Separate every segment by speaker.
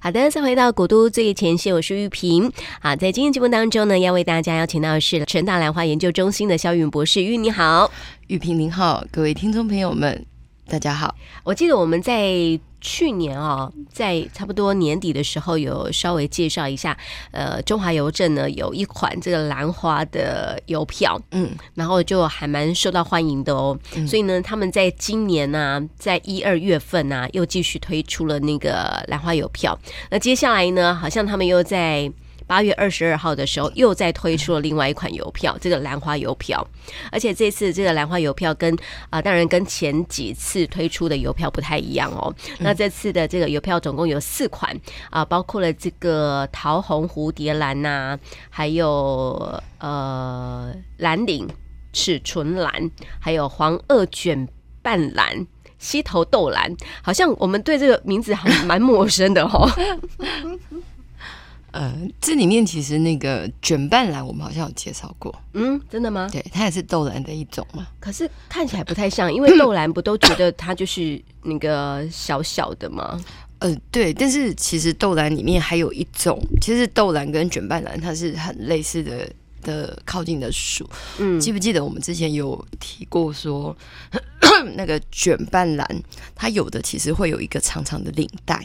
Speaker 1: 好的，再回到古都最前线，我是玉萍。好，在今天节目当中呢，要为大家邀请到的是成大兰花研究中心的肖云博士，玉你好。
Speaker 2: 玉萍您好，各位听众朋友们，大家好。
Speaker 1: 我记得我们在去年哦，在差不多年底的时候，有稍微介绍一下，呃，中华邮政呢有一款这个兰花的邮票，
Speaker 2: 嗯，
Speaker 1: 然后就还蛮受到欢迎的哦。
Speaker 2: 嗯
Speaker 1: 所以呢，他们在今年呢、在一二月份呢、又继续推出了那个兰花邮票。那接下来呢，好像他们又在。八月二十二号的时候，又再推出了另外一款邮票，这个兰花邮票。而且这次这个兰花邮票跟啊、当然跟前几次推出的邮票不太一样哦。那这次的这个邮票总共有四款啊、包括了这个桃红蝴蝶兰呐、还有呃蓝领齿唇兰，还有黄萼卷瓣兰。西头豆兰，好像我们对这个名字还蛮陌生的哦。
Speaker 2: 呃，这里面其实那个卷瓣兰我们好像有介绍过，
Speaker 1: 嗯，真的吗？
Speaker 2: 对，它也是豆兰的一种嘛。
Speaker 1: 可是看起来不太像，因为豆兰不都觉得它就是那个小小的吗？
Speaker 2: 呃，对，但是其实豆兰里面还有一种，其实豆兰跟卷瓣兰它是很类似的的靠近的属。
Speaker 1: 嗯
Speaker 2: 记不记得我们之前有提过说， 那个卷瓣兰它有的其实会有一个长长的领带，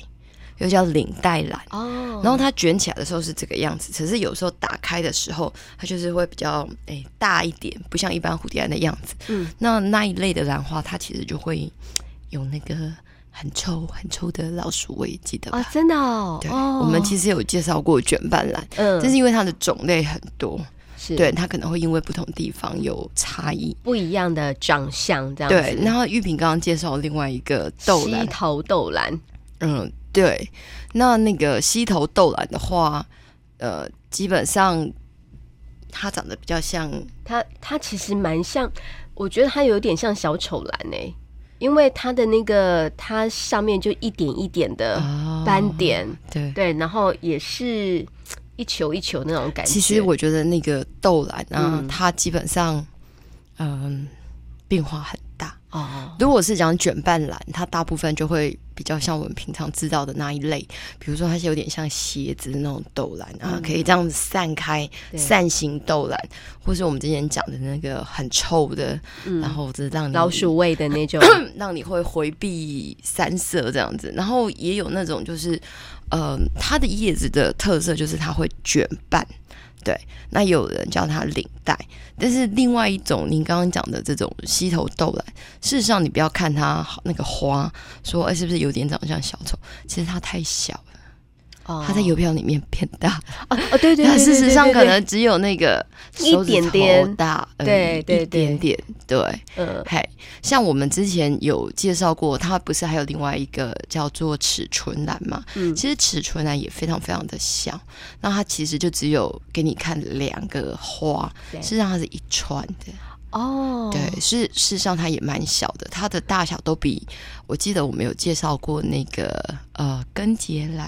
Speaker 2: 又叫领带兰。
Speaker 1: 哦
Speaker 2: 然后它卷起来的时候是这个样子，可是有时候打开的时候，它就是会比较诶、大一点，不像一般蝴蝶兰的样子。
Speaker 1: 嗯，
Speaker 2: 那那一类的兰花，它其实就会有那个很臭很臭的老鼠味，记得吧？
Speaker 1: 啊，真的哦，
Speaker 2: 对，
Speaker 1: 哦
Speaker 2: 我们其实有介绍过卷瓣兰，
Speaker 1: 嗯，
Speaker 2: 但是因为它的种类很多，
Speaker 1: 是
Speaker 2: 对它可能会因为不同地方有差异。
Speaker 1: 不一样的长相这样子。
Speaker 2: 对，然后玉萍刚刚介绍另外一个豆兰
Speaker 1: 西，头豆兰，
Speaker 2: 嗯，对。那那个西头豆兰的话，呃，基本上它长得比较像，
Speaker 1: 它它其实蛮像，我觉得它有点像小丑兰哎、因为它的那个它上面就一点一点的
Speaker 2: 哦
Speaker 1: 斑点，
Speaker 2: 对。
Speaker 1: 对，然后也是一球一球那种感觉。
Speaker 2: 其实我觉得那个豆兰啊，
Speaker 1: 嗯
Speaker 2: 它基本上，嗯，变化很大。
Speaker 1: 哦，
Speaker 2: 如果是讲卷瓣兰，它大部分就会比较像我们平常知道的那一类，比如说它是有点像鞋子的那种豆兰啊，可以这样子散开、
Speaker 1: 嗯对
Speaker 2: 扇形豆兰，或是我们之前讲的那个很臭的，然后这让
Speaker 1: 嗯
Speaker 2: 你
Speaker 1: 老鼠味的 那种，
Speaker 2: 让你会回避三色这样子，然后也有那种就是，呃，它的叶子的特色就是它会卷瓣，对，那也有人叫它领带，但是另外一种您刚刚讲的这种西头豆兰，事实上你不要看它好那个花，说哎、是不是有点长得像小丑，其实它太小了，
Speaker 1: 哦
Speaker 2: 它在邮票里面变大，
Speaker 1: 哦哦对对 对
Speaker 2: 它
Speaker 1: 对，
Speaker 2: 事实上
Speaker 1: 对
Speaker 2: 可
Speaker 1: 对
Speaker 2: 能只有那个
Speaker 1: 一
Speaker 2: 手指
Speaker 1: 点
Speaker 2: 头
Speaker 1: 点
Speaker 2: 大而已，
Speaker 1: 对对
Speaker 2: 一点点，对。
Speaker 1: 呃
Speaker 2: 嘿，像我们之前有介绍过，它不是还有另外一个叫做齿唇兰嘛？
Speaker 1: 嗯
Speaker 2: 其实齿唇兰也非常非常的像，那它其实就只有给你看两个花，
Speaker 1: 对
Speaker 2: 事实上它是一串的，
Speaker 1: 哦
Speaker 2: 对，是事实上它也蛮小的，它的大小都比我记得我们有介绍过那个呃根节兰，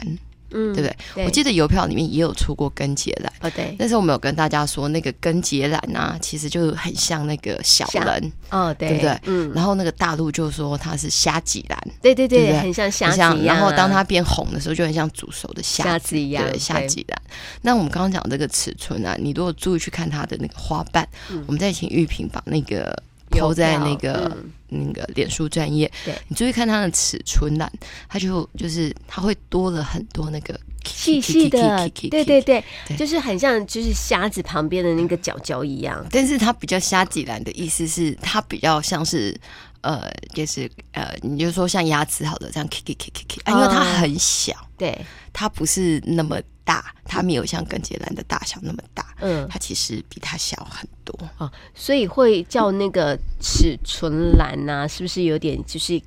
Speaker 1: 嗯
Speaker 2: 对不对？我记得邮票里面也有出过根节兰。
Speaker 1: 哦对
Speaker 2: 那时候我们有跟大家说，那个根节兰啊，其实就很像那个小
Speaker 1: 像
Speaker 2: 人，
Speaker 1: 哦对
Speaker 2: 对不对
Speaker 1: 嗯
Speaker 2: 然后那个大陆就说它是虾脊兰，
Speaker 1: 对对
Speaker 2: 对不
Speaker 1: 对，
Speaker 2: 对
Speaker 1: 很像
Speaker 2: 很
Speaker 1: 虾
Speaker 2: 像
Speaker 1: 子一样啊，
Speaker 2: 然后当它变红的时候，就很像煮熟的虾
Speaker 1: 虾子一样
Speaker 2: 对，虾
Speaker 1: 对
Speaker 2: 脊兰。那我们刚刚讲这个尺寸啊，你如果注意去看它的那个花瓣，我们再请玉萍把那个。
Speaker 1: 邮
Speaker 2: 抛在
Speaker 1: 票
Speaker 2: 那个、
Speaker 1: 嗯
Speaker 2: 那个脸书专业
Speaker 1: 对，
Speaker 2: 你注意看它的尺寸栏，它就就是它会多了很多那个
Speaker 1: 细细的，对对，对，
Speaker 2: 对
Speaker 1: 就是很像就是虾子旁边的那个角角一样。
Speaker 2: 但是它比较虾脊兰的意思是，它比较像是呃，就是呃，你就说像鸭子好了，这样 k k k k k，啊，因为它很小，
Speaker 1: 对，
Speaker 2: 它不是那么大，它没有像根节兰的大小那么大，
Speaker 1: 嗯，
Speaker 2: 它其实比它小很多。
Speaker 1: 哦，所以会叫那个齿唇兰呐、是不是有点就是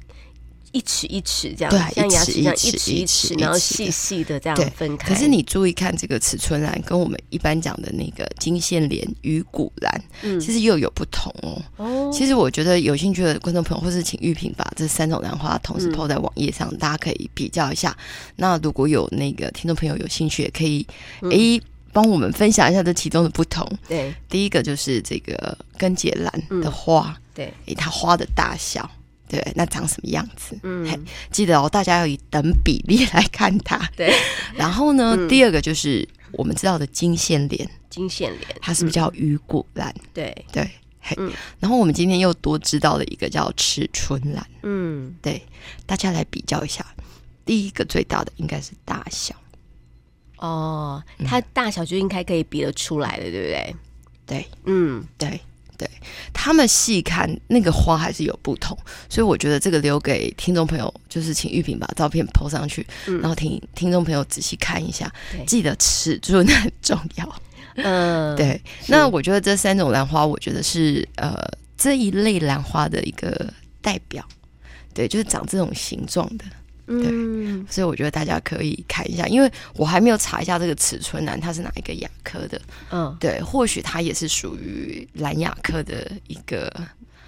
Speaker 1: 一齿一齿这样，
Speaker 2: 对
Speaker 1: 像
Speaker 2: 一
Speaker 1: 牙
Speaker 2: 齿
Speaker 1: 齿一样
Speaker 2: 一
Speaker 1: 一
Speaker 2: 齿
Speaker 1: 齿
Speaker 2: 一
Speaker 1: 一齿，
Speaker 2: 齿
Speaker 1: 然后
Speaker 2: 一齿
Speaker 1: 细
Speaker 2: 的
Speaker 1: 细的这样
Speaker 2: 对
Speaker 1: 分开。
Speaker 2: 可是你注意看这个齿唇兰，跟我们一般讲的那个金线莲、鱼骨兰，
Speaker 1: 嗯
Speaker 2: 其实又有不同哦。
Speaker 1: 哦，
Speaker 2: 其实我觉得有兴趣的观众朋友，或是请玉萍把这三种兰花同时抛在网页上，大家可以比较一下。那如果有那个听众朋友有兴趣，也可以诶帮、我们分享一下这其中的不同。
Speaker 1: 对
Speaker 2: 第一个就是这个根节兰的花，
Speaker 1: 对，
Speaker 2: 诶、它花的大小对，那长什么样子？嘿
Speaker 1: 嗯，
Speaker 2: 记得哦，大家要以等比例来看它。
Speaker 1: 对，
Speaker 2: 然后呢，第二个就是我们知道的金线莲，
Speaker 1: 金线莲，
Speaker 2: 它是不是叫鱼骨兰？
Speaker 1: 对，
Speaker 2: 对，嘿。
Speaker 1: 嗯
Speaker 2: 然后我们今天又多知道了一个叫赤春兰，
Speaker 1: 嗯，
Speaker 2: 对，大家来比较一下。第一个最大的应该是大小，
Speaker 1: 哦，
Speaker 2: 嗯
Speaker 1: 它大小就应该可以比得出来的，对不对？
Speaker 2: 对
Speaker 1: 嗯，
Speaker 2: 对对，他们细看那个花还是有不同，所以我觉得这个留给听众朋友，就是请玉萍把照片 PO 上去，然后听听众朋友仔细看一下
Speaker 1: 嗯对，
Speaker 2: 记得尺寸很重要。
Speaker 1: 嗯，
Speaker 2: 对，那我觉得这三种兰花，我觉得是呃这一类兰花的一个代表，对，就是长这种形状的，
Speaker 1: 嗯，
Speaker 2: 所以我觉得大家可以看一下，因为我还没有查一下这个齿唇兰它是哪一个亚科的，
Speaker 1: 嗯，
Speaker 2: 对，或许它也是属于兰亚科的一个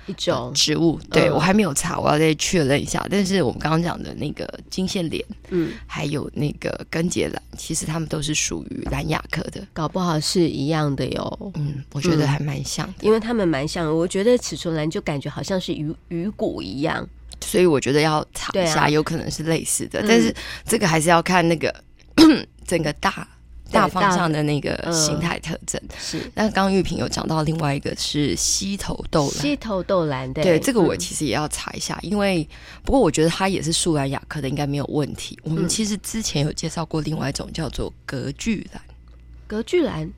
Speaker 1: 一种，
Speaker 2: 植物，对、
Speaker 1: 嗯
Speaker 2: 我还没有查，我要再确认一下。但是我们刚刚讲的那个金线莲，
Speaker 1: 嗯，
Speaker 2: 还有那个根节兰，其实它们都是属于兰亚科的，
Speaker 1: 搞不好是一样的哟。
Speaker 2: 嗯，我觉得还蛮像的。
Speaker 1: 因为它们蛮像的，我觉得齿唇兰就感觉好像是鱼鱼骨一样，
Speaker 2: 所以我觉得要查一
Speaker 1: 对
Speaker 2: 下，
Speaker 1: 啊
Speaker 2: 有可能是类似的，
Speaker 1: 嗯
Speaker 2: 但是这个还是要看那个 整个大
Speaker 1: 对
Speaker 2: 大方向的那
Speaker 1: 大嗯
Speaker 2: 个形态特征。
Speaker 1: 是
Speaker 2: 那刚刚玉萍有讲到另外一个是溪头豆兰。
Speaker 1: 西头豆兰对
Speaker 2: 对，这个我
Speaker 1: 嗯
Speaker 2: 其实也要查一下，因为不过我觉得它也是树兰亚科的，应该没有问题。我
Speaker 1: 嗯
Speaker 2: 们其实之前有介绍过另外一种叫做格距兰，
Speaker 1: 格距兰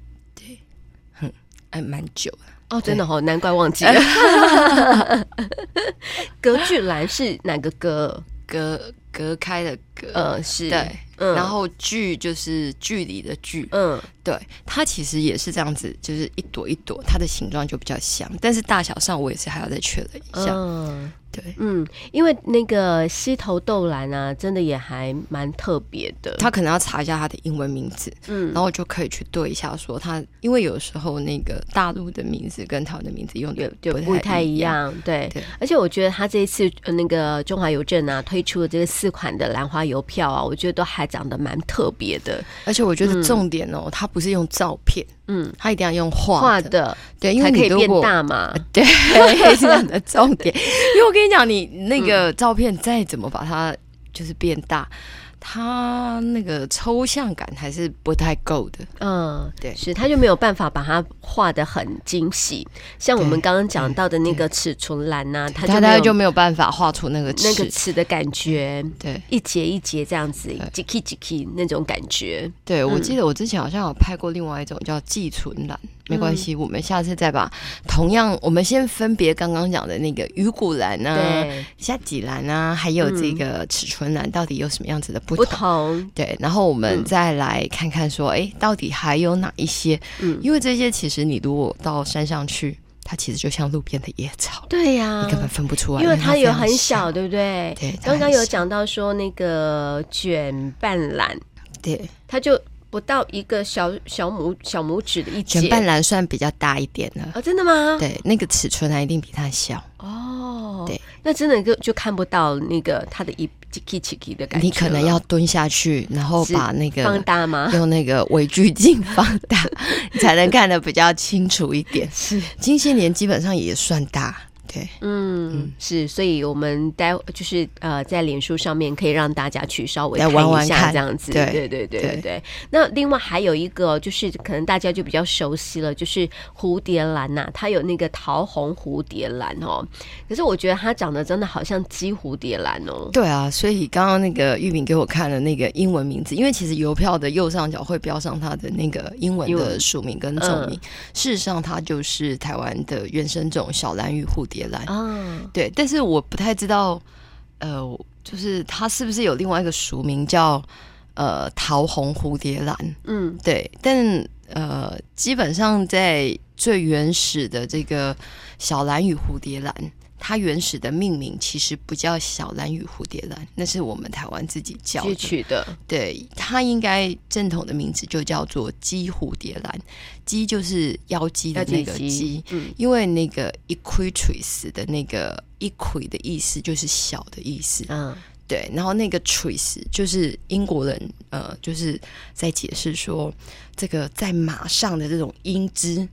Speaker 2: 哎，蛮久了。
Speaker 1: 哦，
Speaker 2: 对
Speaker 1: 真的哦，难怪忘记了。 格距兰是哪个格？
Speaker 2: 隔隔开的隔，
Speaker 1: 呃，是
Speaker 2: 对，
Speaker 1: 嗯
Speaker 2: 然后距就是距离的距，
Speaker 1: 嗯
Speaker 2: 对，它其实也是这样子，就是一朵一朵，它的形状就比较像，但是大小上我也是还要再确认一下。
Speaker 1: 嗯
Speaker 2: 对，
Speaker 1: 嗯，因为那个西头豆兰啊，真的也还蛮特别的。
Speaker 2: 它可能要查一下它的英文名字，
Speaker 1: 嗯
Speaker 2: 然后就可以去对一下，说它，因为有时候那个大陆的名字跟台湾的名字用的
Speaker 1: 有不太一。样，对
Speaker 2: 对
Speaker 1: 而且我觉得他这一次呃那个中华邮政啊推出的这个四款的兰花邮票啊，我觉得都还长得蛮特别的，
Speaker 2: 而且我觉得重点哦，它不是用照片，
Speaker 1: 嗯，
Speaker 2: 它一定要用画
Speaker 1: 画
Speaker 2: 的，
Speaker 1: 的
Speaker 2: 对，哎因
Speaker 1: 才
Speaker 2: 为
Speaker 1: 可
Speaker 2: 你
Speaker 1: 以
Speaker 2: 如
Speaker 1: 变
Speaker 2: 果
Speaker 1: 大嘛。
Speaker 2: 对， 是这样的重点。因为我跟你讲，你那个
Speaker 1: 嗯
Speaker 2: 照片再怎么把它就是变大，它那个抽象感还是不太够的。
Speaker 1: 嗯，
Speaker 2: 呃对
Speaker 1: 是，他就没有办法把它画的很精细，像我们
Speaker 2: 对
Speaker 1: 刚刚讲到的那个齿唇兰呐、啊它
Speaker 2: 它
Speaker 1: 就
Speaker 2: 大
Speaker 1: 没
Speaker 2: 概
Speaker 1: 有
Speaker 2: 就嗯没有办法画出那个
Speaker 1: 那
Speaker 2: 齿。
Speaker 1: 个齿的感觉，
Speaker 2: 对
Speaker 1: 一节一节这样子
Speaker 2: 对
Speaker 1: 几 k 几 k 那种感觉。
Speaker 2: 对，我记得我之前好像有拍过另外一种叫寄存兰，没
Speaker 1: 嗯
Speaker 2: 关系，我们下次再把同样，我们先分别刚刚讲的那个鱼骨兰啊、
Speaker 1: 对，嗯
Speaker 2: 夏脊兰啊，还有这个齿唇兰，到底有什么样子的不
Speaker 1: 不嗯
Speaker 2: 同？
Speaker 1: 同，
Speaker 2: 对，然后我们再来看看说，哎、到底还有哪一些？
Speaker 1: 嗯
Speaker 2: 因为这些其实你如果到山上去，它其实就像路边的野草，
Speaker 1: 对呀、
Speaker 2: 你根本分不出
Speaker 1: 嗯
Speaker 2: 来，
Speaker 1: 因为它有
Speaker 2: 非常
Speaker 1: 很小，，对不对？
Speaker 2: 对，它
Speaker 1: 刚刚
Speaker 2: 很
Speaker 1: 有
Speaker 2: 小，
Speaker 1: 讲到说那个卷瓣兰，
Speaker 2: 对，
Speaker 1: 它就不到一个小小拇小拇指的一节。
Speaker 2: 卷瓣兰算比较大一点了，
Speaker 1: 哦，真的吗？
Speaker 2: 对，那个尺寸它啊一定比它小，
Speaker 1: 哦，
Speaker 2: 对，
Speaker 1: 那真的就就看不到那个它的一 chiki chiki 的感觉了，
Speaker 2: 你可能要蹲下去，然后
Speaker 1: 是
Speaker 2: 把那个
Speaker 1: 放 大吗？
Speaker 2: 用那个微距镜放大，你才能看得比较清楚一 点。
Speaker 1: 是，
Speaker 2: 金线莲基本上也算大，对。
Speaker 1: 嗯，是，所以我们待就是呃，在脸书上面可以让大家去稍微
Speaker 2: 来
Speaker 1: 看
Speaker 2: 玩
Speaker 1: 一
Speaker 2: 玩
Speaker 1: 下
Speaker 2: 看
Speaker 1: 这样子，
Speaker 2: 对
Speaker 1: 对对对对
Speaker 2: 对
Speaker 1: 对。那另外还有一个哦就是可能大家就比较熟悉了，就是蝴蝶兰呐、它有那个桃红蝴蝶兰哦，可是我觉得它长得真的好像鸡蝴蝶兰哦，
Speaker 2: 对啊，所以刚刚那个玉敏给我看的那个英文名字，因为其实邮票的右上角会标上它的那个英文
Speaker 1: 英
Speaker 2: 的
Speaker 1: 文
Speaker 2: 署名跟种名，
Speaker 1: 嗯
Speaker 2: 事实上它就是台湾的原生种小蓝玉蝴蝶兰。
Speaker 1: 啊，
Speaker 2: 对，但是我不太知道，呃，就是它是不是有另外一个署名叫呃桃红蝴蝶兰？
Speaker 1: 嗯
Speaker 2: 对，但呃，基本上在最原始的这个小蓝与蝴蝶兰，它原始的命名其实不叫小蓝与蝴蝶兰，那是我们台湾自己叫
Speaker 1: 去
Speaker 2: 的。
Speaker 1: 取的，
Speaker 2: 对，它应该正统的名字就叫做鸡蝴蝶兰，鸡就是妖姬的那个
Speaker 1: 要去
Speaker 2: 鸡。
Speaker 1: 嗯
Speaker 2: 因为那个 equitrice 的那个 equi 的意思就是小的意思，
Speaker 1: 嗯
Speaker 2: 对，然后那个 trees 就是英国人呃，就是在解释说这个在马上的这种英姿，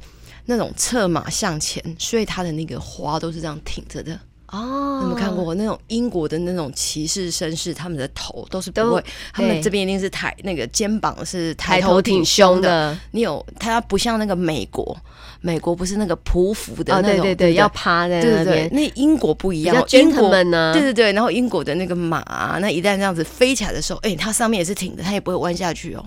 Speaker 2: 那种策马向前，所以它的那个花都是这样挺着的，
Speaker 1: 哦，
Speaker 2: 你们看过那种英国的那种骑士绅士，他们的头都是
Speaker 1: 都
Speaker 2: 不会，他们
Speaker 1: 对
Speaker 2: 这边一定是抬那个肩膀是
Speaker 1: 抬
Speaker 2: 抬
Speaker 1: 头
Speaker 2: 头
Speaker 1: 挺
Speaker 2: 挺
Speaker 1: 胸
Speaker 2: 胸的。
Speaker 1: 的，
Speaker 2: 你有，它不像那个美国，美国不是那个匍匐的
Speaker 1: 哦，
Speaker 2: 那
Speaker 1: 对
Speaker 2: 种，
Speaker 1: 对
Speaker 2: 对
Speaker 1: 对，
Speaker 2: 不
Speaker 1: 要趴在
Speaker 2: 对
Speaker 1: 那
Speaker 2: 对对，
Speaker 1: 边，
Speaker 2: 那英国不
Speaker 1: 比
Speaker 2: 一样
Speaker 1: 较
Speaker 2: 哦，英国
Speaker 1: gentleman 啊呢
Speaker 2: 对，对对，然后英国的那个马，那一旦这样子飞起来的时候，哎、它上面也是挺的，它也不会弯下去哦。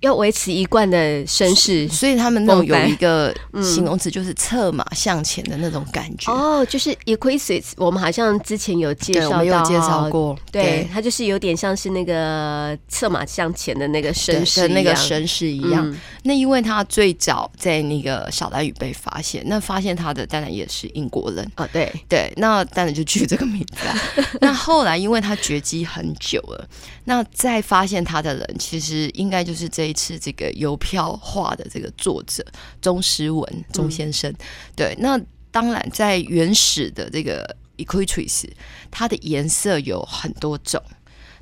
Speaker 1: 要维持一贯的绅士。
Speaker 2: 所以他们那种
Speaker 1: 风
Speaker 2: 有
Speaker 1: 帆
Speaker 2: 一个形容词，就是策马向前的那种感觉。
Speaker 1: 哦，就是 equisis，我们好像之前有介
Speaker 2: 对，我
Speaker 1: 绍
Speaker 2: 们有
Speaker 1: 到，哦
Speaker 2: 介绍，过，
Speaker 1: 对，它就是有点像是那个策马向前的那个
Speaker 2: 对
Speaker 1: 绅
Speaker 2: 跟
Speaker 1: 士
Speaker 2: 那
Speaker 1: 一
Speaker 2: 个
Speaker 1: 样
Speaker 2: 绅士一样。
Speaker 1: 嗯
Speaker 2: 那因为他最早在那个小蓝屿被发现，那发现他的当然也是英国人。
Speaker 1: 哦，对，
Speaker 2: 对，那当然就取这个名字啊。 那后来，因为他绝迹很久了，那再发现他的人，其实应该就是这一次这个邮票画的这个作者钟诗文
Speaker 1: 嗯
Speaker 2: 钟先生。对，那当然在原始的这个 equitus，它的颜色有很多种。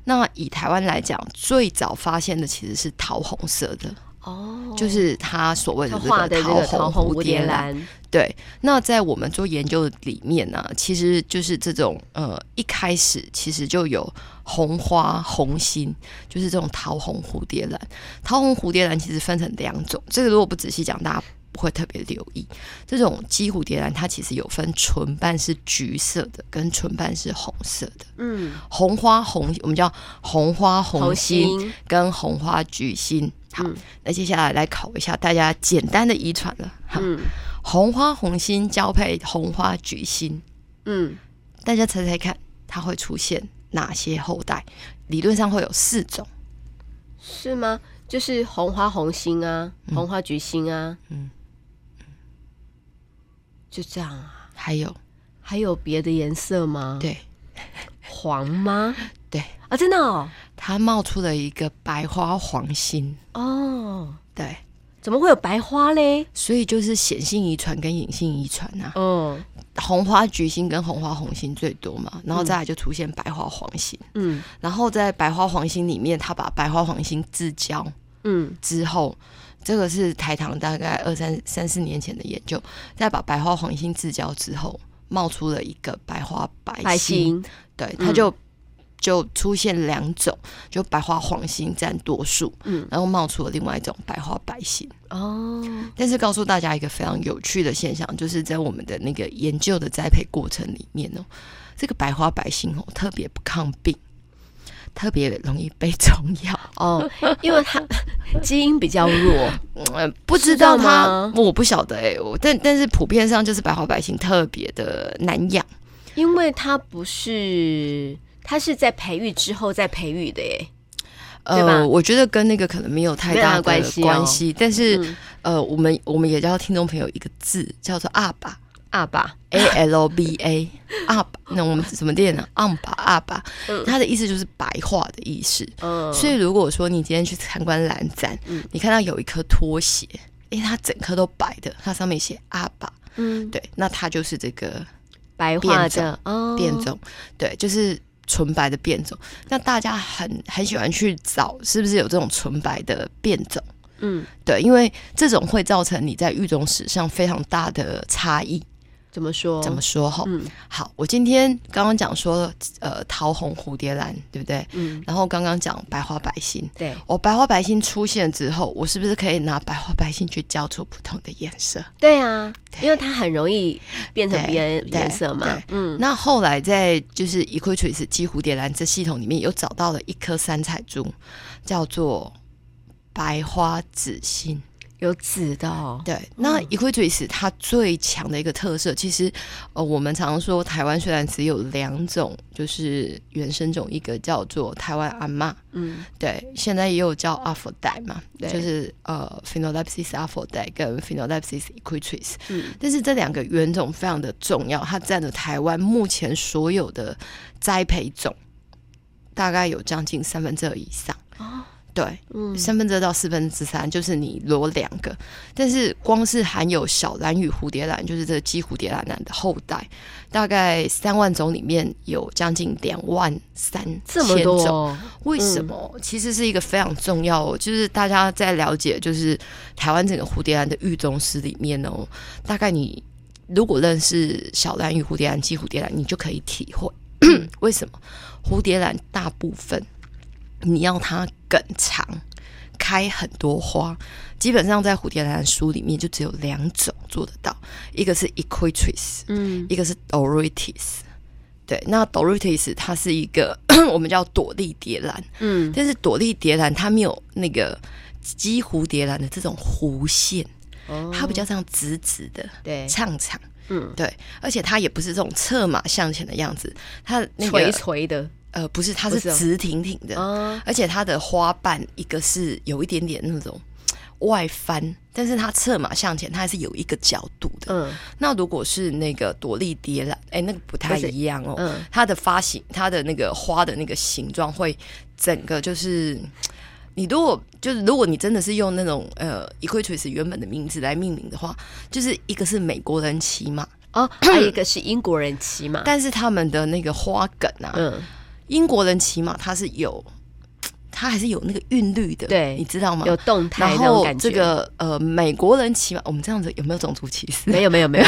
Speaker 2: 那以台湾来讲，最早发现的其实是桃红色的，
Speaker 1: 哦，
Speaker 2: 就是他所谓的
Speaker 1: 他
Speaker 2: 这
Speaker 1: 画的这个桃红
Speaker 2: 桃红
Speaker 1: 蝴
Speaker 2: 蝴
Speaker 1: 蝶
Speaker 2: 蝶兰。
Speaker 1: 兰，
Speaker 2: 对，那在我们做研究里面呢、其实就是这种呃，一开始其实就有红花、红心，就是这种桃红蝴蝶兰。桃红蝴蝶兰其实分成两种，这个如果不仔细讲，大家不会特别留意。这种姬蝴蝶兰它其实有分唇瓣是橘色的，跟唇瓣是红色的。
Speaker 1: 嗯，
Speaker 2: 红花红，我们叫红花红
Speaker 1: 红
Speaker 2: 心，
Speaker 1: 心，
Speaker 2: 跟红花橘心。好，
Speaker 1: 嗯
Speaker 2: 那接下来来考一下大家简单的遗传了。好。
Speaker 1: 嗯
Speaker 2: 红花红心交配红花菊心，
Speaker 1: 嗯，
Speaker 2: 大家猜猜看，它会出现哪些后代？理论上会有四种，
Speaker 1: 是吗？就是红花红心啊，红花菊心啊，嗯
Speaker 2: 嗯，
Speaker 1: 就这样啊。
Speaker 2: 还有
Speaker 1: 还有别的颜色吗？
Speaker 2: 对
Speaker 1: 黄吗？
Speaker 2: 对，
Speaker 1: 啊，真的哦，
Speaker 2: 它冒出了一个白花黄心，
Speaker 1: 哦，
Speaker 2: 对，
Speaker 1: 怎么会有白花嘞？
Speaker 2: 所以就是显性遗传跟隐性遗传啊，
Speaker 1: 哦，
Speaker 2: 红花菊心跟红花红心最多嘛，然后再来就出现白花黄心，
Speaker 1: 嗯
Speaker 2: 然后在白花黄心里面，它把白花黄心自交，
Speaker 1: 嗯，
Speaker 2: 之后，这个是台糖大概二三三四年前的研究，再把白花黄心自交之后，冒出了一个白花白心，
Speaker 1: 白心，
Speaker 2: 对，
Speaker 1: 嗯
Speaker 2: 它就、就出现两种，就白花黄心占多数，
Speaker 1: 嗯
Speaker 2: 然后冒出了另外一种白花白心。
Speaker 1: 哦，
Speaker 2: 但是告诉大家一个非常有趣的现象，就是在我们的那个研究的栽培过程里面哦，这个白花白心哦特别不抗病，特别容易被 虫咬。
Speaker 1: 哦，因 为它基因比较弱，
Speaker 2: 呃，不知道
Speaker 1: 知道
Speaker 2: 它
Speaker 1: 吗，
Speaker 2: 我不晓得哎、我但但是普遍上就是白花百姓特别的难养，
Speaker 1: 因为它不是，它是在培育之后再培育的耶。对吧
Speaker 2: 呃，我觉得跟那个可能没有太
Speaker 1: 没有
Speaker 2: 大的
Speaker 1: 关
Speaker 2: 关
Speaker 1: 系
Speaker 2: 系，
Speaker 1: 哦
Speaker 2: 但是、
Speaker 1: 嗯
Speaker 2: 呃，我们我们也教听众朋友一个字叫做阿 爸
Speaker 1: 阿爸，
Speaker 2: A L B A 阿爸，那我们怎么念呢？阿爸阿爸
Speaker 1: 嗯，
Speaker 2: 它的意思就是白话的意思。
Speaker 1: 嗯，
Speaker 2: 所以如果说你今天去参观蓝展，
Speaker 1: 嗯
Speaker 2: 你看到有一颗拖鞋，因为它整颗都白的，它上面写阿爸，
Speaker 1: 嗯，
Speaker 2: 对，那它就是这个
Speaker 1: 白化
Speaker 2: 变种
Speaker 1: 的哦，
Speaker 2: 变种，对，就是纯白的变种。那大家很很喜欢去找是不是有这种纯白的变种？
Speaker 1: 嗯，
Speaker 2: 对，因为这种会造成你在育种史上非常大的差异。
Speaker 1: 怎么说？
Speaker 2: 怎么说哈？
Speaker 1: 嗯
Speaker 2: 好，我今天刚刚讲说，呃，桃红蝴蝶兰，对不对？
Speaker 1: 嗯，
Speaker 2: 然后刚刚讲白花白心，
Speaker 1: 对
Speaker 2: 我、白花白心出现之后，我是不是可以拿白花白心去教出不同的颜色？
Speaker 1: 对啊，
Speaker 2: 对
Speaker 1: 因为它很容易变成
Speaker 2: 对
Speaker 1: 别人
Speaker 2: 对
Speaker 1: 颜色嘛
Speaker 2: 对，
Speaker 1: 嗯，
Speaker 2: 那后来在就是 Equitrace 鸡蝴蝶兰这系统里面，有找到了一颗三彩珠，叫做白花紫心。
Speaker 1: 有紫的哦，
Speaker 2: 对，那 Equitrace 它最强的一个特色，其实呃，我们常说台湾虽然只有两种，就是原生种，一个叫做台湾阿嬷，
Speaker 1: 嗯
Speaker 2: 对，现在也有叫阿佛代嘛，
Speaker 1: 对
Speaker 2: 就是呃 Phenolepsis 阿佛代跟 Phenolepsis equitrace，
Speaker 1: 嗯
Speaker 2: 但是这两个原种非常的重要，它占了台湾目前所有的栽培种，大概有将近三分之二以上。
Speaker 1: 哦
Speaker 2: 对，
Speaker 1: 嗯
Speaker 2: 三分之二到四分之三，就是你裸两个，但是光是含有小蓝与蝴蝶兰，就是这个鸡蝴蝶兰兰的后代，大概三万种里面有将近两万三
Speaker 1: 这么
Speaker 2: 千
Speaker 1: 多
Speaker 2: 种。
Speaker 1: 哦，
Speaker 2: 为什么？其实是一个非常重要哦，就是大家在了解就是台湾整个蝴蝶兰的育种史里面哦，大概你如果认识小蓝与蝴蝶兰、寄蝴蝶兰，你就可以体会 为什么蝴蝶兰大部分你要它梗长。开很多花，基本上在蝴蝶兰的书里面就只有两种做得到，一个是 equitris，
Speaker 1: 嗯
Speaker 2: 一个是 Doritis。对，那 Doritis 它是一个 我们叫朵莉蝶兰，
Speaker 1: 嗯
Speaker 2: 但是朵莉蝶兰它没有那个姬蝴蝶兰的这种弧线，
Speaker 1: 哦
Speaker 2: 它比较像直直的
Speaker 1: 对，
Speaker 2: 唱场。
Speaker 1: 嗯，
Speaker 2: 对，而且它也不是这种侧马向前的样子，它那
Speaker 1: 垂
Speaker 2: 个
Speaker 1: 垂的
Speaker 2: 呃不是，它
Speaker 1: 不是
Speaker 2: 是
Speaker 1: 哦
Speaker 2: 直挺挺的，
Speaker 1: 啊，
Speaker 2: 而且它的花瓣一个是有一点点那种外翻，但是它侧马向前，它还是有一个角度的。
Speaker 1: 嗯
Speaker 2: 那如果是那个朵莉蝶兰，哎、那个不太一样哦。
Speaker 1: 嗯
Speaker 2: 它的发型，它的那个花的那个形状会整个就是，你如果就是如果你真的是用那种呃 equitris 原本的名字来命名的话，就是一个是美国人骑马，
Speaker 1: 哦，还有一个是英国人骑马，
Speaker 2: 但是他们的那个花梗啊，
Speaker 1: 嗯，
Speaker 2: 英国人骑马它是有，它还是有那个韵律的，
Speaker 1: 对
Speaker 2: 你知道吗？
Speaker 1: 有动态
Speaker 2: 然
Speaker 1: 那种
Speaker 2: 后
Speaker 1: 感觉。
Speaker 2: 这个呃，美国人骑马，我们这样子有没有种族歧视？
Speaker 1: 没有没有没 有，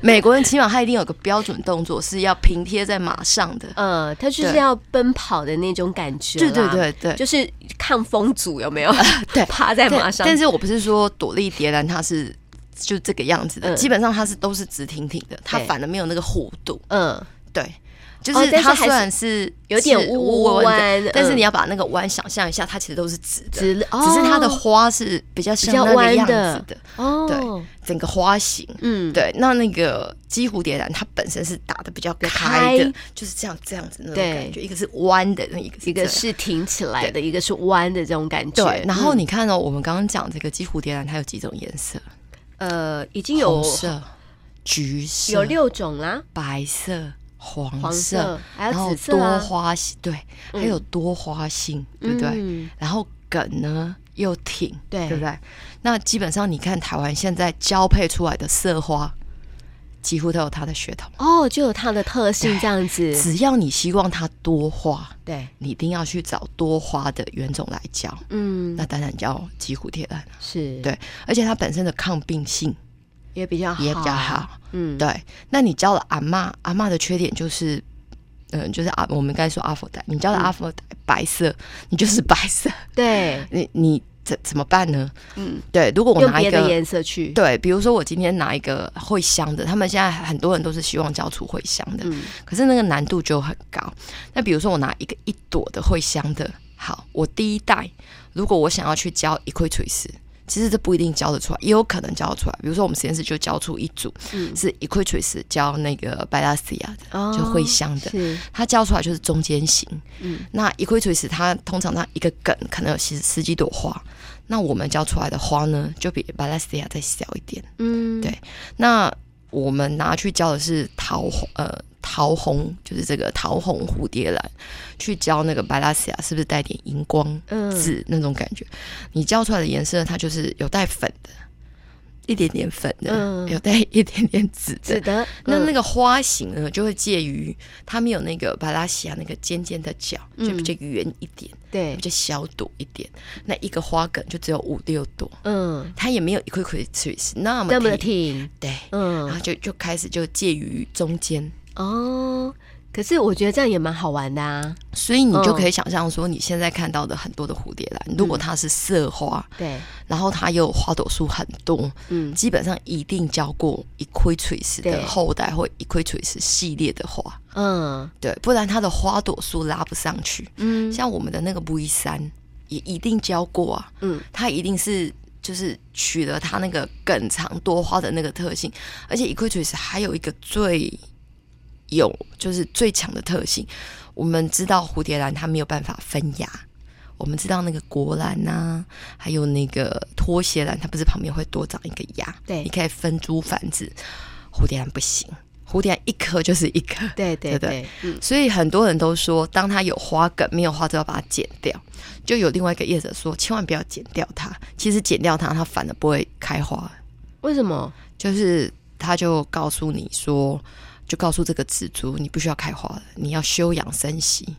Speaker 2: 美国人骑马，他一定有个标准动作是要平贴在马上的。
Speaker 1: 嗯，他就是
Speaker 2: 对
Speaker 1: 要奔跑的那种感觉
Speaker 2: 对
Speaker 1: 啦，
Speaker 2: 对对对，呃
Speaker 1: 就是抗风阻有没有？
Speaker 2: 对
Speaker 1: 趴在马
Speaker 2: 但
Speaker 1: 上，
Speaker 2: 但是我不是说朵莉蝶兰它是就这个样子的，
Speaker 1: 嗯
Speaker 2: 基本上它是都是直挺挺的，它
Speaker 1: 对
Speaker 2: 反而没有那个弧度。
Speaker 1: 嗯，
Speaker 2: 对，就
Speaker 1: 哦
Speaker 2: 是
Speaker 1: 但是
Speaker 2: 它
Speaker 1: 还
Speaker 2: 虽
Speaker 1: 是
Speaker 2: 然是
Speaker 1: 有点
Speaker 2: 是
Speaker 1: 乌弯
Speaker 2: 的，但是
Speaker 1: 嗯
Speaker 2: 你要把那个弯想象一下，它其实都是直的，
Speaker 1: 直立
Speaker 2: 只是它的
Speaker 1: 哦
Speaker 2: 花是比较
Speaker 1: 较
Speaker 2: 像那个
Speaker 1: 弯
Speaker 2: 样子
Speaker 1: 的
Speaker 2: 的，
Speaker 1: 哦，
Speaker 2: 整个花型。
Speaker 1: 嗯，
Speaker 2: 对，那那个姬蝴蝶兰，它本身是打的比较开的，
Speaker 1: 开
Speaker 2: 就是这样这样子那种
Speaker 1: 对
Speaker 2: 感觉，一个是弯的，那一个是
Speaker 1: 一个
Speaker 2: 这样
Speaker 1: 是挺起来的，一个是弯的这种感觉。
Speaker 2: 对，然后
Speaker 1: 嗯
Speaker 2: 你看哦，我们刚刚讲这个姬蝴蝶兰，它有几种颜色？
Speaker 1: 呃，已经有
Speaker 2: 红色、橘色、
Speaker 1: 有六种啦，
Speaker 2: 白色、黄色，
Speaker 1: 黄色还
Speaker 2: 然
Speaker 1: 有
Speaker 2: 后
Speaker 1: 紫色
Speaker 2: 多
Speaker 1: 啊，
Speaker 2: 花心，对，还有多花心，对不对？
Speaker 1: 嗯
Speaker 2: 然后梗呢又挺，
Speaker 1: 对
Speaker 2: 对不对？那基本上你看台湾现在交配出来的色花，几乎都有它的血统。
Speaker 1: 哦，就有它的特性这样子，
Speaker 2: 只要你希望它多花，
Speaker 1: 对，
Speaker 2: 你一定要去找多花的原种来交。
Speaker 1: 嗯，
Speaker 2: 那当然叫吉蝴蝶兰，
Speaker 1: 是，
Speaker 2: 对，而且它本身的抗病性
Speaker 1: 也比较好，
Speaker 2: 也比较好。，
Speaker 1: 嗯，
Speaker 2: 对，那你教了阿嬷，阿嬷的缺点就是，嗯，就是阿我们刚才说阿佛黛，你教
Speaker 1: 嗯
Speaker 2: 了阿佛黛白色，你就是白色，
Speaker 1: 对，
Speaker 2: 你你怎怎么办呢？
Speaker 1: 嗯，
Speaker 2: 对，如果我
Speaker 1: 用
Speaker 2: 拿一
Speaker 1: 别的
Speaker 2: 个。
Speaker 1: 颜色去，
Speaker 2: 对，比如说我今天拿一个会香的，他们现在很多人都是希望教出会香的，
Speaker 1: 嗯
Speaker 2: 可是那个难度就很高。那比如说我拿一个一朵的会香的，好，我第一代如果我想要去教一块垂丝，其实这不一定教得出来，也有可能教得出来。比如说我们实验室就教出一组、
Speaker 1: 嗯
Speaker 2: 是一块垂丝教那个白拉斯亚的，
Speaker 1: 哦
Speaker 2: 就会香的。
Speaker 1: 是，
Speaker 2: 它教出来就是中间型，
Speaker 1: 嗯
Speaker 2: 嗯，那一块垂丝它通常它一个梗可能有十十几朵花，那我们教出来的花呢，就比白拉斯亚再小一点。
Speaker 1: 嗯，
Speaker 2: 对那我们拿去教的是桃红，呃，桃红就是这个桃红蝴蝶兰，去教那个白拉西亚是不是带点荧光
Speaker 1: 嗯
Speaker 2: 紫那种感觉？你教出来的颜色，它就是有带粉的，一点点粉的，
Speaker 1: 嗯
Speaker 2: 有带一点点紫的。
Speaker 1: 是的，
Speaker 2: 那
Speaker 1: 嗯
Speaker 2: 那个花型呢，就会介于它没有那个白拉西亚那个尖尖的角，就比较
Speaker 1: 嗯
Speaker 2: 圆一点，
Speaker 1: 对
Speaker 2: 比，较小朵一点。那一个花梗就只有五六朵，
Speaker 1: 嗯，
Speaker 2: 它也没有一块块垂丝那么
Speaker 1: 那么的
Speaker 2: 挺
Speaker 1: 挺，
Speaker 2: 对，然
Speaker 1: 嗯
Speaker 2: 后，就就开始就介于中间，
Speaker 1: 哦，可是我觉得这样也蛮好玩的啊，
Speaker 2: 所以你就
Speaker 1: 嗯
Speaker 2: 可以想象说，你现在看到的很多的蝴蝶兰，如果它是色花，
Speaker 1: 对，
Speaker 2: 然后它又花朵数很多，
Speaker 1: 嗯
Speaker 2: 基本上一定交过一亏垂丝
Speaker 1: 对
Speaker 2: 的后代或一亏垂丝系列的花，
Speaker 1: 嗯
Speaker 2: 对，不然它的花朵数拉不上去。
Speaker 1: 嗯
Speaker 2: 像我们的那个 V 三也一定交过啊，
Speaker 1: 嗯，
Speaker 2: 它一定是。就是取了它那个梗长多花的那个特性，而且 Equitrix 还有一个最有就是最强的特性。我们知道蝴蝶兰它没有办法分芽，我们知道那个国兰呐、还有那个拖鞋兰，它不是旁边会多长一个芽，
Speaker 1: 对
Speaker 2: 你可以分株繁殖。蝴蝶兰不行，蝴蝶兰一颗就是一颗，
Speaker 1: 对对
Speaker 2: 对对
Speaker 1: 对，嗯
Speaker 2: 所以很多人都说，当它有花梗没有花就要把它剪掉。就有另外一个业者说，千万不要剪掉它。其实剪掉它，它反而不会开花。
Speaker 1: 为什么？
Speaker 2: 就是他就告诉你说，就告诉这个植株，你不需要开花了，你要休养生息。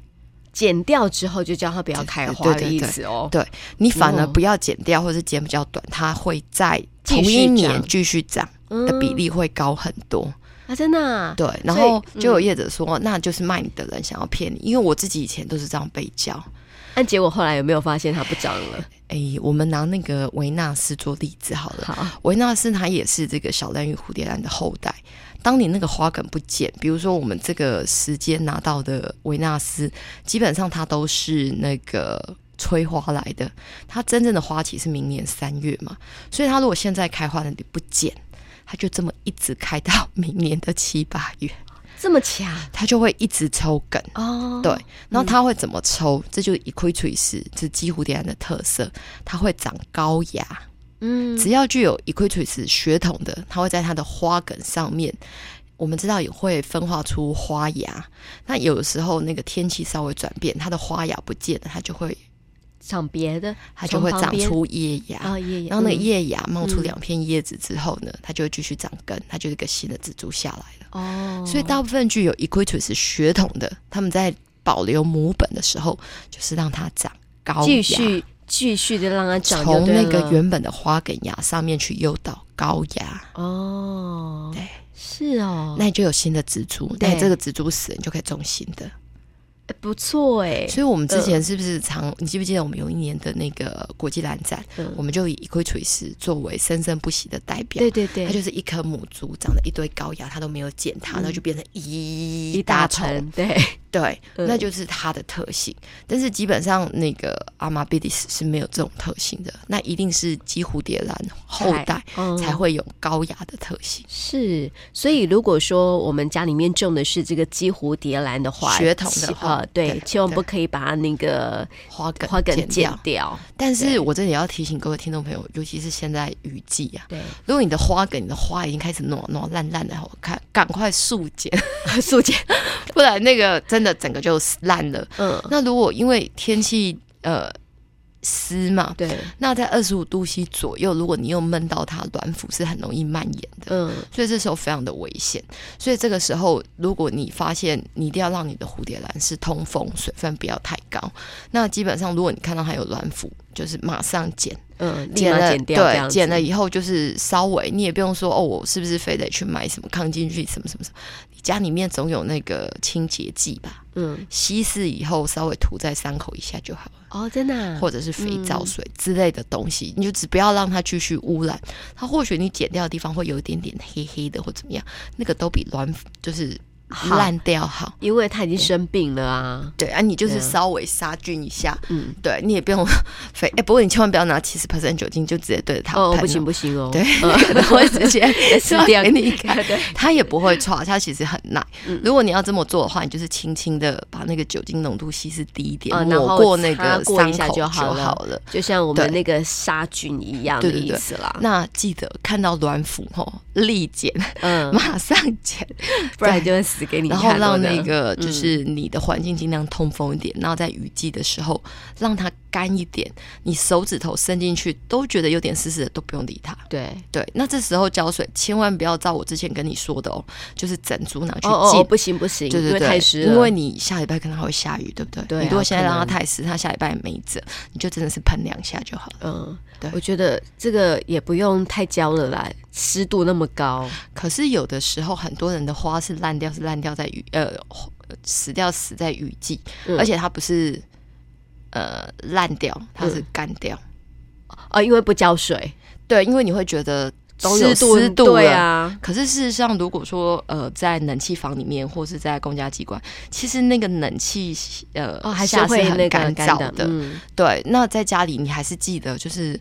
Speaker 1: 剪掉之后就叫它不要开花的
Speaker 2: 对对对
Speaker 1: 意思哦。
Speaker 2: 对你反而
Speaker 1: 哦
Speaker 2: 不要剪掉，或者剪比较短，它会在
Speaker 1: 继
Speaker 2: 同
Speaker 1: 续
Speaker 2: 一年
Speaker 1: 长
Speaker 2: 继续长。的比例会高很多。
Speaker 1: 嗯啊，真的、啊，
Speaker 2: 对，然
Speaker 1: 所以
Speaker 2: 后就有业者说，那就是卖你的人想要骗你，因为我自己以前都是这样被教。
Speaker 1: 但结果后来有没有发现它不涨了？
Speaker 2: 诶，哎我们拿那个维纳斯做例子好了。
Speaker 1: 好，
Speaker 2: 维纳斯它也是这个小蓝与蝴蝶兰的后代。当你那个花梗不剪，比如说我们这个时间拿到的维纳斯，基本上它都是那个催花来的。它真正的花期是明年三月嘛，所以它如果现在开花了你不剪，它就这么一直开到明年的七八月，
Speaker 1: 这么强
Speaker 2: 它就会一直抽梗。
Speaker 1: 哦，
Speaker 2: 对，然后它会怎么抽？这就是一窥垂丝，这几蝴蝶兰的特色，它会长高芽。
Speaker 1: 嗯，
Speaker 2: 只要具有 equitus 血统的，它会在它的花梗上面，我们知道也会分化出花芽。那有的时候那个天气稍微转变，它的花芽不见了，它就会
Speaker 1: 长别的，
Speaker 2: 它就会
Speaker 1: 从旁
Speaker 2: 长
Speaker 1: 边
Speaker 2: 出叶芽。
Speaker 1: 啊，也也，
Speaker 2: 然后那个
Speaker 1: 嗯
Speaker 2: 叶芽冒出两片叶子之后呢，它就会继续长根，它就是一个新的植株下来了。
Speaker 1: 哦，
Speaker 2: 所以大部分具有 equitus 血统的，他们在保留母本的时候，就是让它长高芽，
Speaker 1: 继续继续的让它长就
Speaker 2: 哦从
Speaker 1: 对
Speaker 2: 那个
Speaker 1: 了
Speaker 2: 原本的花梗芽上面去诱导高芽。
Speaker 1: 哦，
Speaker 2: 对，
Speaker 1: 是哦，
Speaker 2: 那你就有新的植株，
Speaker 1: 对
Speaker 2: 那你这个植株死，你就可以种新的。
Speaker 1: 哎不错哎，
Speaker 2: 所以我们之前是不是常，你记不记得我们有一年的那个国际兰展，
Speaker 1: 嗯
Speaker 2: 我们就以一块垂丝作为生生不息的代表。
Speaker 1: 对对
Speaker 2: 它
Speaker 1: 对，
Speaker 2: 就是一棵母株，长了一堆高芽，它都没有剪它，然后就变成一
Speaker 1: 嗯一
Speaker 2: 大
Speaker 1: 大
Speaker 2: 丛。
Speaker 1: 盆， 对，
Speaker 2: 对，
Speaker 1: 嗯
Speaker 2: 那就是它的特性。但是基本上那个阿玛比利斯是没有这种特性的，那一定是姬蝴蝶兰后代
Speaker 1: 嗯
Speaker 2: 才会有高芽的特性。
Speaker 1: 是，所以如果说我们家里面种的是这个姬蝴蝶兰的话，
Speaker 2: 血统
Speaker 1: 千
Speaker 2: 的话
Speaker 1: 呃，对
Speaker 2: 对，
Speaker 1: 千万不
Speaker 2: 对
Speaker 1: 可以把那个
Speaker 2: 花梗
Speaker 1: 花梗
Speaker 2: 剪
Speaker 1: 剪
Speaker 2: 掉
Speaker 1: 掉。
Speaker 2: 但
Speaker 1: 对
Speaker 2: 是我这里要提醒各位听众朋友，尤其是现在雨季啊，
Speaker 1: 对，
Speaker 2: 如果你的花梗、你的花已经开始挪挪烂烂的，好看，赶快速剪，
Speaker 1: 素 简，
Speaker 2: 不然那个真的整个就烂了。
Speaker 1: 嗯，
Speaker 2: 那如果因为天气呃湿嘛，
Speaker 1: 对，
Speaker 2: 那在二十五度 C 左右，如果你又闷到它，卵腐是很容易蔓延的。
Speaker 1: 嗯，
Speaker 2: 所以这时候非常的危险，所以这个时候，如果你发现你一定要让你的蝴蝶兰是通风，水分不要太高。那基本上，如果你看到它有卵腐，就是马上剪，
Speaker 1: 嗯，立
Speaker 2: 剪
Speaker 1: 马
Speaker 2: 了
Speaker 1: 剪掉，这样
Speaker 2: 对，
Speaker 1: 子
Speaker 2: 剪了以后就是稍微，你也不用说哦，我是不是非得去买什么抗菌剂什么什么什么？你家里面总有那个清洁剂吧？
Speaker 1: 嗯，
Speaker 2: 稀释以后稍微涂在伤口一下就好了，
Speaker 1: 哦，真的啊，
Speaker 2: 或者是肥皂水之类的东西，你就只不要让它继续污染。它或许你剪掉的地方会有一点点黑黑的或怎么样，那个都比卵就是
Speaker 1: 好
Speaker 2: 烂掉好。
Speaker 1: 因为他已经生病了啊，
Speaker 2: 对啊，你就
Speaker 1: 对
Speaker 2: 是
Speaker 1: 啊
Speaker 2: 稍微杀菌一下，
Speaker 1: 嗯，
Speaker 2: 对啊你也不用 肥。哎、不过你千万不要拿七十 percent 酒精就直接对着它喷、
Speaker 1: 哦，不行不行哦，
Speaker 2: 对
Speaker 1: 嗯，
Speaker 2: 可能会 直接
Speaker 1: 死掉，
Speaker 2: 给你看
Speaker 1: 对，
Speaker 2: 它也不会差，它其实很耐。
Speaker 1: 嗯
Speaker 2: 如果你要这么做的话，你就是轻轻的把那个酒精浓度稀释低一点，
Speaker 1: 哦然后
Speaker 2: 抹过那
Speaker 1: 擦
Speaker 2: 个
Speaker 1: 过一
Speaker 2: 伤
Speaker 1: 下
Speaker 2: 口
Speaker 1: 就
Speaker 2: 就
Speaker 1: 好了
Speaker 2: 好了。
Speaker 1: 就像我们
Speaker 2: 对
Speaker 1: 那个杀菌一样的
Speaker 2: 对对
Speaker 1: 意
Speaker 2: 对
Speaker 1: 思啦，
Speaker 2: 那记得看到卵腐吼，立减，
Speaker 1: 嗯，
Speaker 2: 马上减，
Speaker 1: 不然就会死给你
Speaker 2: 然后
Speaker 1: 看了
Speaker 2: 让
Speaker 1: 呢
Speaker 2: 那个就是你的环境尽量通风一点，然后在雨季的时候让它干一点，你手指头伸进去都觉得有点湿湿的，都不用理它。
Speaker 1: 对，
Speaker 2: 对，那这时候浇水千万不要照我之前跟你说的哦，就是整株拿去浸。
Speaker 1: 哦哦，哦不行不行，
Speaker 2: 对
Speaker 1: 因
Speaker 2: 对
Speaker 1: 为
Speaker 2: 对，
Speaker 1: 太湿了，
Speaker 2: 因为你下礼拜可能还会下雨，对不对？
Speaker 1: 对啊
Speaker 2: 你如果现在让它
Speaker 1: 可能
Speaker 2: 太湿，它下礼拜也没辙，你就真的是喷两下就好了。
Speaker 1: 嗯，
Speaker 2: 对
Speaker 1: 我觉得这个也不用太焦了啦，湿度那么高，
Speaker 2: 可是有的时候，很多人的花是烂掉，是烂掉在雨呃花死掉死在雨季，
Speaker 1: 嗯
Speaker 2: 而且它不是呃烂掉，它是干掉。
Speaker 1: 哦，因为不浇水，
Speaker 2: 对，因为你会觉得都有
Speaker 1: 湿度
Speaker 2: 湿度
Speaker 1: 对
Speaker 2: 了。
Speaker 1: 啊，
Speaker 2: 可是事实上，如果说呃，在冷气房里面或是在公家机关，其实那个冷气呃、
Speaker 1: 哦，还是
Speaker 2: 下
Speaker 1: 会
Speaker 2: 很
Speaker 1: 那个
Speaker 2: 干
Speaker 1: 干
Speaker 2: 燥
Speaker 1: 的，嗯，
Speaker 2: 对，那在家里你还是记得就是。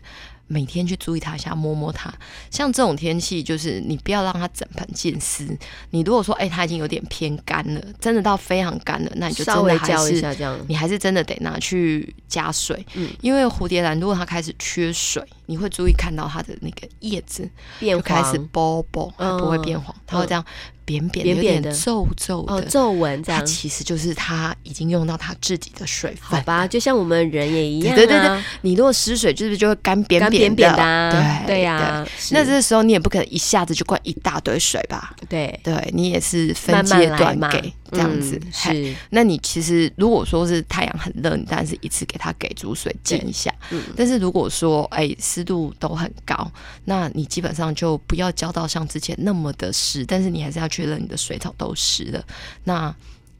Speaker 2: 每天去注意它一下，摸摸它。像这种天气，就是你不要让它整盆见湿。你如果说，哎、它已经有点偏干了，真的到非常干了，那你就
Speaker 1: 稍
Speaker 2: 真的
Speaker 1: 微
Speaker 2: 还
Speaker 1: 浇一
Speaker 2: 是
Speaker 1: 下这样，
Speaker 2: 你还是真的得拿去加水，
Speaker 1: 嗯
Speaker 2: 因为蝴蝶兰如果它开始缺水，你会注意看到它的那个叶子
Speaker 1: 变
Speaker 2: 就开始
Speaker 1: 黄
Speaker 2: 包包，它不会
Speaker 1: 嗯
Speaker 2: 变黄，它会这样扁扁
Speaker 1: 扁
Speaker 2: 的、
Speaker 1: 扁的
Speaker 2: 有点皱皱
Speaker 1: 哦，
Speaker 2: 的。
Speaker 1: 皱纹这
Speaker 2: 它
Speaker 1: 样，
Speaker 2: 其实就是它已经用到它自己的水
Speaker 1: 好
Speaker 2: 分。
Speaker 1: 吧，就像我们人也一样、啊，
Speaker 2: 对对对，你如果湿水，就是不是就会干扁
Speaker 1: 干扁
Speaker 2: 扁
Speaker 1: 扁
Speaker 2: 的
Speaker 1: 的啊，
Speaker 2: 对
Speaker 1: 对呀、
Speaker 2: 对
Speaker 1: 是
Speaker 2: 那这时候你也不可能一下子就灌一大堆水吧？
Speaker 1: 对
Speaker 2: 对你也是分
Speaker 1: 慢慢
Speaker 2: 阶
Speaker 1: 来
Speaker 2: 段
Speaker 1: 嘛
Speaker 2: 给，这样子。
Speaker 1: 嗯
Speaker 2: 嘿
Speaker 1: 是
Speaker 2: 那你其实如果说是太阳很热，你当然是一次给它给足水浸一下。
Speaker 1: 嗯
Speaker 2: 但是如果说哎湿度都很高，那你基本上就不要浇到像之前那么的湿，但是你还是要确认你的水草都湿了。那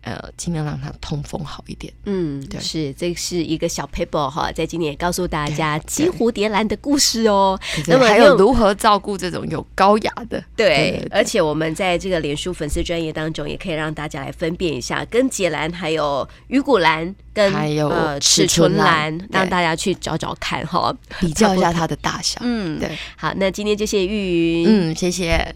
Speaker 2: 呃，尽量让它通风好一点。
Speaker 1: 嗯，
Speaker 2: 对
Speaker 1: 是这是一个小 paper 哈，在今天也告诉大家
Speaker 2: 对
Speaker 1: 鸡蝴蝶兰的故事哦。那
Speaker 2: 那
Speaker 1: 么
Speaker 2: 么还
Speaker 1: 用
Speaker 2: 有如何照顾这种有高雅的？
Speaker 1: 对
Speaker 2: 对，
Speaker 1: 而且我们在这个脸书粉丝专业当中，也可以让大家来分辨一下跟节兰、还有鱼骨兰、跟
Speaker 2: 还有
Speaker 1: 呃
Speaker 2: 齿
Speaker 1: 齿唇
Speaker 2: 唇兰
Speaker 1: 兰
Speaker 2: 对，
Speaker 1: 让大家去找找看哈。
Speaker 2: 比较一下它的大小。
Speaker 1: 嗯，
Speaker 2: 对，
Speaker 1: 好，那今天就谢谢玉云，
Speaker 2: 嗯，谢谢。